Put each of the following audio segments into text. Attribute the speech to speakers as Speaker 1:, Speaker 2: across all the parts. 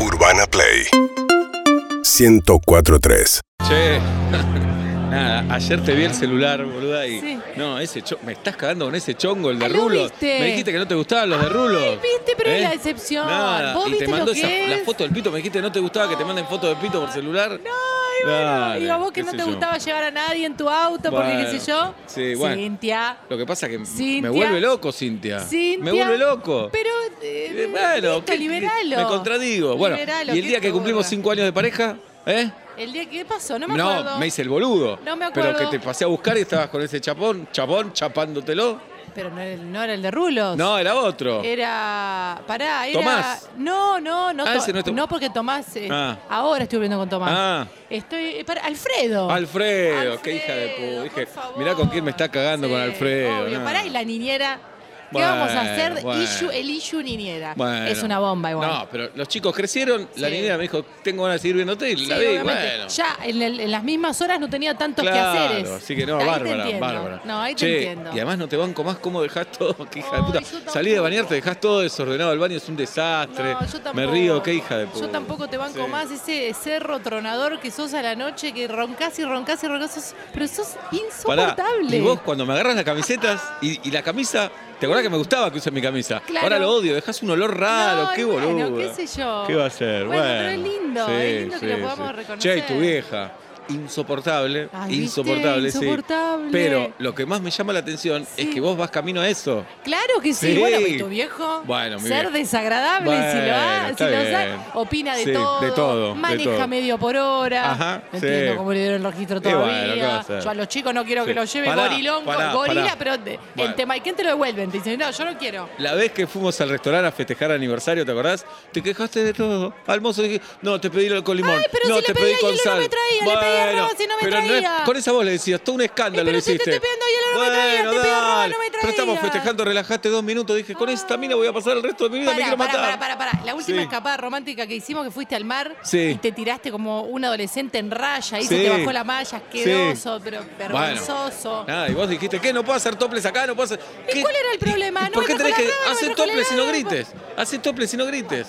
Speaker 1: Urbana Play 104.3
Speaker 2: Che, nada, ayer te vi el celular, boluda, y.
Speaker 3: Sí.
Speaker 2: No, ese cho- me estás cagando con ese chongo, el de
Speaker 3: Ay, lo
Speaker 2: Rulo.
Speaker 3: viste.
Speaker 2: Me dijiste que no te gustaban los de Rulo.
Speaker 3: viste, pero es la excepción.
Speaker 2: ¿Eh? Nada,
Speaker 3: Vos
Speaker 2: y
Speaker 3: viste
Speaker 2: te
Speaker 3: lo
Speaker 2: mandó
Speaker 3: que
Speaker 2: esa-
Speaker 3: es.
Speaker 2: la foto del pito, me dijiste que no te gustaba que te manden fotos de pito por celular.
Speaker 3: Ay, bueno,
Speaker 2: Dale,
Speaker 3: digo, vos que
Speaker 2: qué
Speaker 3: no
Speaker 2: sé
Speaker 3: te
Speaker 2: yo.
Speaker 3: gustaba llevar a nadie en tu auto, porque qué sé yo.
Speaker 2: Bueno, sí, bueno.
Speaker 3: Cintia.
Speaker 2: Lo que pasa es que me
Speaker 3: Cintia.
Speaker 2: vuelve loco, Cintia.
Speaker 3: Cintia.
Speaker 2: Me vuelve loco.
Speaker 3: Pero, eh,
Speaker 2: Eh, bueno,
Speaker 3: listo,
Speaker 2: ¿qué- qué-
Speaker 3: liberalo.
Speaker 2: Me contradigo. Bueno,
Speaker 3: Liberalo,
Speaker 2: y el
Speaker 3: qué
Speaker 2: día que cumplimos
Speaker 3: turra.
Speaker 2: cinco años de pareja, ¿eh?
Speaker 3: El día que pasó, no me
Speaker 2: No,
Speaker 3: acuerdo.
Speaker 2: me hice el boludo.
Speaker 3: No me
Speaker 2: Pero
Speaker 3: acuerdo.
Speaker 2: que te pasé a buscar y estabas con ese chapón, chapón, chapándotelo.
Speaker 3: Pero no era, el- no era el de Rulos.
Speaker 2: No, era
Speaker 3: Eh,
Speaker 2: otro.
Speaker 3: Era. Pará, era.
Speaker 2: Tomás.
Speaker 3: No, no, no.
Speaker 2: Ah,
Speaker 3: to-
Speaker 2: ese no es Tom-
Speaker 3: no, porque Tomás. eh,
Speaker 2: Ah.
Speaker 3: Ahora estoy volviendo con Tomás.
Speaker 2: Ah.
Speaker 3: Estoy. eh, pará, Alfredo.
Speaker 2: Alfredo, qué hija de puta.
Speaker 3: por
Speaker 2: Dije,
Speaker 3: favor.
Speaker 2: mirá con quién me está cagando
Speaker 3: Sí,
Speaker 2: con Alfredo.
Speaker 3: obvio.
Speaker 2: no.
Speaker 3: Pará, y la niñera. ¿Qué
Speaker 2: Bueno,
Speaker 3: vamos a hacer?
Speaker 2: bueno.
Speaker 3: Issue- el issue niñera.
Speaker 2: Bueno.
Speaker 3: Es una bomba igual.
Speaker 2: No, pero los chicos crecieron, la
Speaker 3: Sí.
Speaker 2: niñera me dijo, tengo ganas de seguir viéndote y
Speaker 3: Sí,
Speaker 2: la vi,
Speaker 3: obviamente.
Speaker 2: bueno.
Speaker 3: Ya en, el- en las mismas horas no tenía tantos
Speaker 2: Claro,
Speaker 3: quehaceres.
Speaker 2: así que no,
Speaker 3: Ahí te
Speaker 2: bárbara,
Speaker 3: entiendo.
Speaker 2: bárbara.
Speaker 3: No, ahí te
Speaker 2: Che,
Speaker 3: entiendo.
Speaker 2: Y además no te banco más cómo dejás todo, qué hija de
Speaker 3: Ay,
Speaker 2: puta.
Speaker 3: yo tampoco.
Speaker 2: Salí de bañarte, dejás todo desordenado, el baño es un desastre.
Speaker 3: No, yo tampoco.
Speaker 2: me río, qué hija de puta.
Speaker 3: Yo tampoco te banco
Speaker 2: Sí.
Speaker 3: más ese cerro tronador que sos a la noche, que roncás y roncás y roncás. sos- pero sos
Speaker 2: Pará,
Speaker 3: insoportable.
Speaker 2: y vos cuando me agarras las camisetas y, y la camisa, ¿te acordás que me gustaba que uses mi camisa?
Speaker 3: Claro.
Speaker 2: Ahora lo odio, dejas un olor raro,
Speaker 3: No,
Speaker 2: qué
Speaker 3: y
Speaker 2: boludo.
Speaker 3: bueno, qué sé yo.
Speaker 2: ¿Qué va a ser? Bueno,
Speaker 3: Bueno, pero es lindo, es lindo que lo podamos reconocer.
Speaker 2: Che, y tu vieja, insoportable,
Speaker 3: Ay, ¿viste?
Speaker 2: insoportable,
Speaker 3: Insoportable.
Speaker 2: sí. Pero lo que más me llama la atención es
Speaker 3: Sí.
Speaker 2: que vos vas camino a eso.
Speaker 3: Claro que sí.
Speaker 2: Sí.
Speaker 3: Bueno, y tu viejo.
Speaker 2: Bueno, mi
Speaker 3: ser
Speaker 2: viejo.
Speaker 3: desagradable si lo
Speaker 2: Bueno,
Speaker 3: hace, si
Speaker 2: está
Speaker 3: lo
Speaker 2: bien.
Speaker 3: sabe, opina de
Speaker 2: Sí, de
Speaker 3: todo.
Speaker 2: todo, de
Speaker 3: Maneja
Speaker 2: todo.
Speaker 3: medio por hora.
Speaker 2: Ajá,
Speaker 3: no entiendo
Speaker 2: sí.
Speaker 3: cómo le dieron el registro
Speaker 2: Y bueno,
Speaker 3: todavía.
Speaker 2: ¿qué va a hacer?
Speaker 3: Yo a los chicos no quiero que
Speaker 2: Sí.
Speaker 3: lo lleve
Speaker 2: Pará,
Speaker 3: gorilón,
Speaker 2: pará,
Speaker 3: gorila,
Speaker 2: pará.
Speaker 3: pero de-
Speaker 2: Bueno.
Speaker 3: en Temayquén te lo devuelven. Te dicen, no, yo no quiero.
Speaker 2: La vez que fuimos al restaurante a festejar aniversario, ¿te acordás? Te quejaste de todo. Al mozo dije, no, te pedí el con limón.
Speaker 3: Ay, pero
Speaker 2: no,
Speaker 3: si le
Speaker 2: te
Speaker 3: pedí
Speaker 2: pedí
Speaker 3: a
Speaker 2: con
Speaker 3: hielo y no
Speaker 2: sal.
Speaker 3: me traía, le pedí a Ross y no me
Speaker 2: pero
Speaker 3: traía.
Speaker 2: con esa voz le decías, todo un escándalo
Speaker 3: Eh, pero
Speaker 2: le
Speaker 3: si te
Speaker 2: hiciste.
Speaker 3: estoy pidiendo hielo, no me traía,
Speaker 2: bueno,
Speaker 3: te pido Ross,
Speaker 2: dale.
Speaker 3: no me
Speaker 2: Pero estamos
Speaker 3: traía.
Speaker 2: festejando, relajaste dos minutos. Dije, con esta mina voy a pasar el resto de mi vida, me
Speaker 3: Pará,
Speaker 2: quiero
Speaker 3: pará,
Speaker 2: matar.
Speaker 3: pará, pará, pará. La última
Speaker 2: Sí.
Speaker 3: escapada romántica que hicimos, que fuiste al mar
Speaker 2: Sí.
Speaker 3: y te tiraste como un adolescente en raya, y
Speaker 2: Sí.
Speaker 3: se te bajó la malla, asqueroso, pero vergonzoso.
Speaker 2: Nada, y vos dijiste, ¿qué? No puedo hacer toples acá, no puedo hacer.
Speaker 3: ¿Y
Speaker 2: ¿Qué?
Speaker 3: cuál era el problema? No
Speaker 2: ¿Por
Speaker 3: me
Speaker 2: qué
Speaker 3: trajo
Speaker 2: tenés
Speaker 3: la
Speaker 2: que
Speaker 3: rama, me
Speaker 2: hacer
Speaker 3: trajo la
Speaker 2: toples y no
Speaker 3: rama.
Speaker 2: grites? Hace toples y no grites.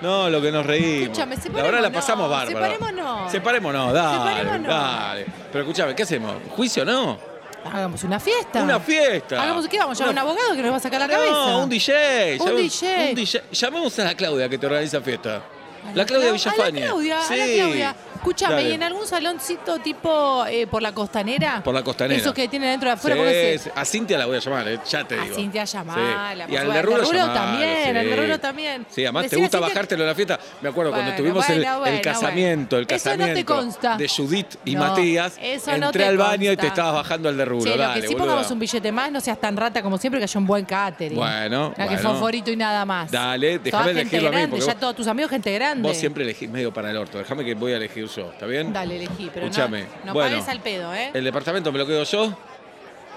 Speaker 2: No, lo que nos reímos.
Speaker 3: Escúchame,
Speaker 2: la verdad la
Speaker 3: separémonos,
Speaker 2: pasamos bárbaro.
Speaker 3: separémonos.
Speaker 2: Separémonos, dale.
Speaker 3: Separémonos.
Speaker 2: Dale. Pero escúchame, ¿qué hacemos? ¿Juicio no?
Speaker 3: Hagamos una fiesta.
Speaker 2: Una fiesta.
Speaker 3: Hagamos, ¿Qué vamos? a ¿Llamar a un abogado que nos va a sacar la
Speaker 2: no,
Speaker 3: cabeza?
Speaker 2: un DJ.
Speaker 3: Un
Speaker 2: llamemos-
Speaker 3: DJ.
Speaker 2: un DJ. Llamemos a la Claudia que te organiza fiesta.
Speaker 3: A
Speaker 2: La Claudia
Speaker 3: Clau-
Speaker 2: Villafañe.
Speaker 3: A la Claudia,
Speaker 2: sí.
Speaker 3: a la Claudia. Escúchame,
Speaker 2: Dale.
Speaker 3: ¿y en algún saloncito tipo eh, por la costanera?
Speaker 2: Por la costanera.
Speaker 3: Esos que tienen dentro de afuera,
Speaker 2: Sí,
Speaker 3: ¿cómo se-
Speaker 2: sí. A Cintia la voy a llamar, eh, ya te
Speaker 3: A
Speaker 2: digo.
Speaker 3: Cintia
Speaker 2: Sí.
Speaker 3: llamala,
Speaker 2: Y
Speaker 3: por
Speaker 2: al
Speaker 3: favor.
Speaker 2: de Rulo
Speaker 3: Al de Rulo
Speaker 2: llamala,
Speaker 3: también,
Speaker 2: sí.
Speaker 3: al de Rulo también.
Speaker 2: Sí, además te
Speaker 3: Decile a
Speaker 2: gusta
Speaker 3: Cintia-
Speaker 2: bajártelo en la fiesta. Me acuerdo cuando
Speaker 3: Bueno,
Speaker 2: tuvimos el-
Speaker 3: bueno,
Speaker 2: el,
Speaker 3: bueno,
Speaker 2: casamiento, el
Speaker 3: bueno. Eso no
Speaker 2: casamiento
Speaker 3: te consta.
Speaker 2: de Judith y
Speaker 3: No,
Speaker 2: Matías.
Speaker 3: eso no
Speaker 2: entré
Speaker 3: te
Speaker 2: al baño y
Speaker 3: consta.
Speaker 2: te estabas bajando al de Rulo,
Speaker 3: Che, lo
Speaker 2: dale,
Speaker 3: que sí
Speaker 2: boluda.
Speaker 3: pongamos un billete más, no seas tan rata como siempre, que haya un buen catering.
Speaker 2: Bueno,
Speaker 3: O sea, que
Speaker 2: bueno.
Speaker 3: fosforito y nada más.
Speaker 2: Dale,
Speaker 3: Toda
Speaker 2: déjame
Speaker 3: gente
Speaker 2: elegirlo a mí,
Speaker 3: grande,
Speaker 2: porque
Speaker 3: ya
Speaker 2: vos-
Speaker 3: todos tus amigos, gente grande.
Speaker 2: Vos siempre elegís medio para el orto, déjame que voy a elegir yo, ¿está bien?
Speaker 3: Dale, elegí, pero
Speaker 2: Escuchame,
Speaker 3: no, no
Speaker 2: bueno.
Speaker 3: pagues al pedo, ¿eh?
Speaker 2: El departamento me lo quedo yo.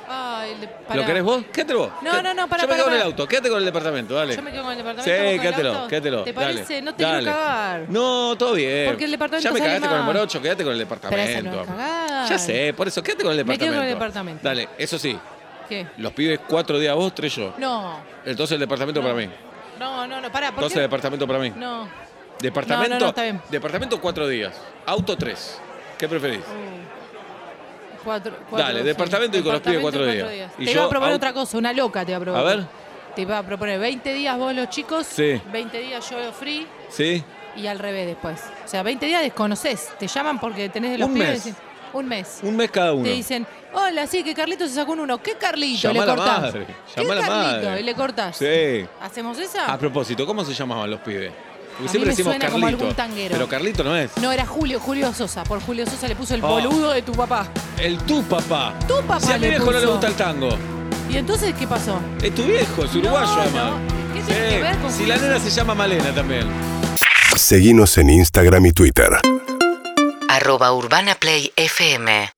Speaker 3: Ay, le- pará.
Speaker 2: ¿Lo querés vos? Quédate vos.
Speaker 3: No,
Speaker 2: Quédate-
Speaker 3: no, no, pará,
Speaker 2: Yo me
Speaker 3: pará,
Speaker 2: quedo con
Speaker 3: pará.
Speaker 2: el auto, quédate con el departamento, dale.
Speaker 3: Yo me quedo con el
Speaker 2: Sí,
Speaker 3: departamento. vos con el
Speaker 2: quédatelo,
Speaker 3: auto.
Speaker 2: quédatelo.
Speaker 3: ¿Te
Speaker 2: dale,
Speaker 3: parece? no te
Speaker 2: dale.
Speaker 3: quiero cagar.
Speaker 2: No, todo bien.
Speaker 3: Porque el departamento
Speaker 2: Ya me
Speaker 3: sale
Speaker 2: cagaste con el
Speaker 3: más.
Speaker 2: morocho, quédate con el
Speaker 3: Pero esa no
Speaker 2: departamento.
Speaker 3: es cagar.
Speaker 2: ya sé, por eso, quédate con el
Speaker 3: Me
Speaker 2: departamento.
Speaker 3: quedo con el departamento.
Speaker 2: Dale, eso sí,
Speaker 3: ¿Qué?
Speaker 2: los pibes cuatro días vos, tres yo.
Speaker 3: No.
Speaker 2: Entonces el departamento para mí.
Speaker 3: No, no, no, pará. ¿por
Speaker 2: Entonces
Speaker 3: qué?
Speaker 2: el departamento para mí.
Speaker 3: No.
Speaker 2: Departamento.
Speaker 3: No, no, no, está bien.
Speaker 2: Departamento cuatro días. Auto tres. ¿Qué preferís?
Speaker 3: Uh. Cuatro, cuatro
Speaker 2: Dale,
Speaker 3: sí.
Speaker 2: departamento y con los pibes
Speaker 3: Departamento
Speaker 2: cuatro
Speaker 3: y
Speaker 2: días. Y
Speaker 3: te
Speaker 2: yo,
Speaker 3: iba a proponer
Speaker 2: au-
Speaker 3: otra cosa, una loca te iba a proponer.
Speaker 2: A ver.
Speaker 3: Te iba a proponer 20 días vos los chicos,
Speaker 2: Sí.
Speaker 3: 20 días yo free
Speaker 2: ¿Sí?
Speaker 3: y al revés después. O sea, 20 días desconoces, te llaman porque tenés de los
Speaker 2: Un
Speaker 3: pibes.
Speaker 2: mes.
Speaker 3: dicen- Un mes.
Speaker 2: Un mes cada uno.
Speaker 3: Te dicen, hola, sí, que Carlito se sacó un uno. ¿Qué Carlito?
Speaker 2: Llamá a
Speaker 3: le
Speaker 2: la
Speaker 3: cortás.
Speaker 2: madre,
Speaker 3: ¿Qué
Speaker 2: llamá a la
Speaker 3: Carlito?
Speaker 2: madre.
Speaker 3: Y le cortás.
Speaker 2: Sí. Ah,
Speaker 3: ¿Hacemos esa?
Speaker 2: A propósito, ¿cómo se llamaban los pibes? Porque
Speaker 3: Ah. A
Speaker 2: siempre
Speaker 3: mí me
Speaker 2: decimos
Speaker 3: suena como
Speaker 2: Carlito.
Speaker 3: algún tanguero.
Speaker 2: Pero Carlito no es.
Speaker 3: no, era Julio, Julio Sosa. Por Julio Sosa le puso el
Speaker 2: Oh.
Speaker 3: boludo de tu papá.
Speaker 2: El tu papá.
Speaker 3: Tu papá
Speaker 2: Si a mi
Speaker 3: le
Speaker 2: viejo no le
Speaker 3: puso.
Speaker 2: gusta el tango.
Speaker 3: ¿Y entonces qué pasó?
Speaker 2: Es tu viejo, es uruguayo
Speaker 3: No,
Speaker 2: además.
Speaker 3: no. ¿Qué tiene que ver con
Speaker 2: Si la
Speaker 3: Julio?
Speaker 2: nena se llama Malena también.
Speaker 1: Seguinos en Instagram y Twitter
Speaker 4: arroba urbanaplayfm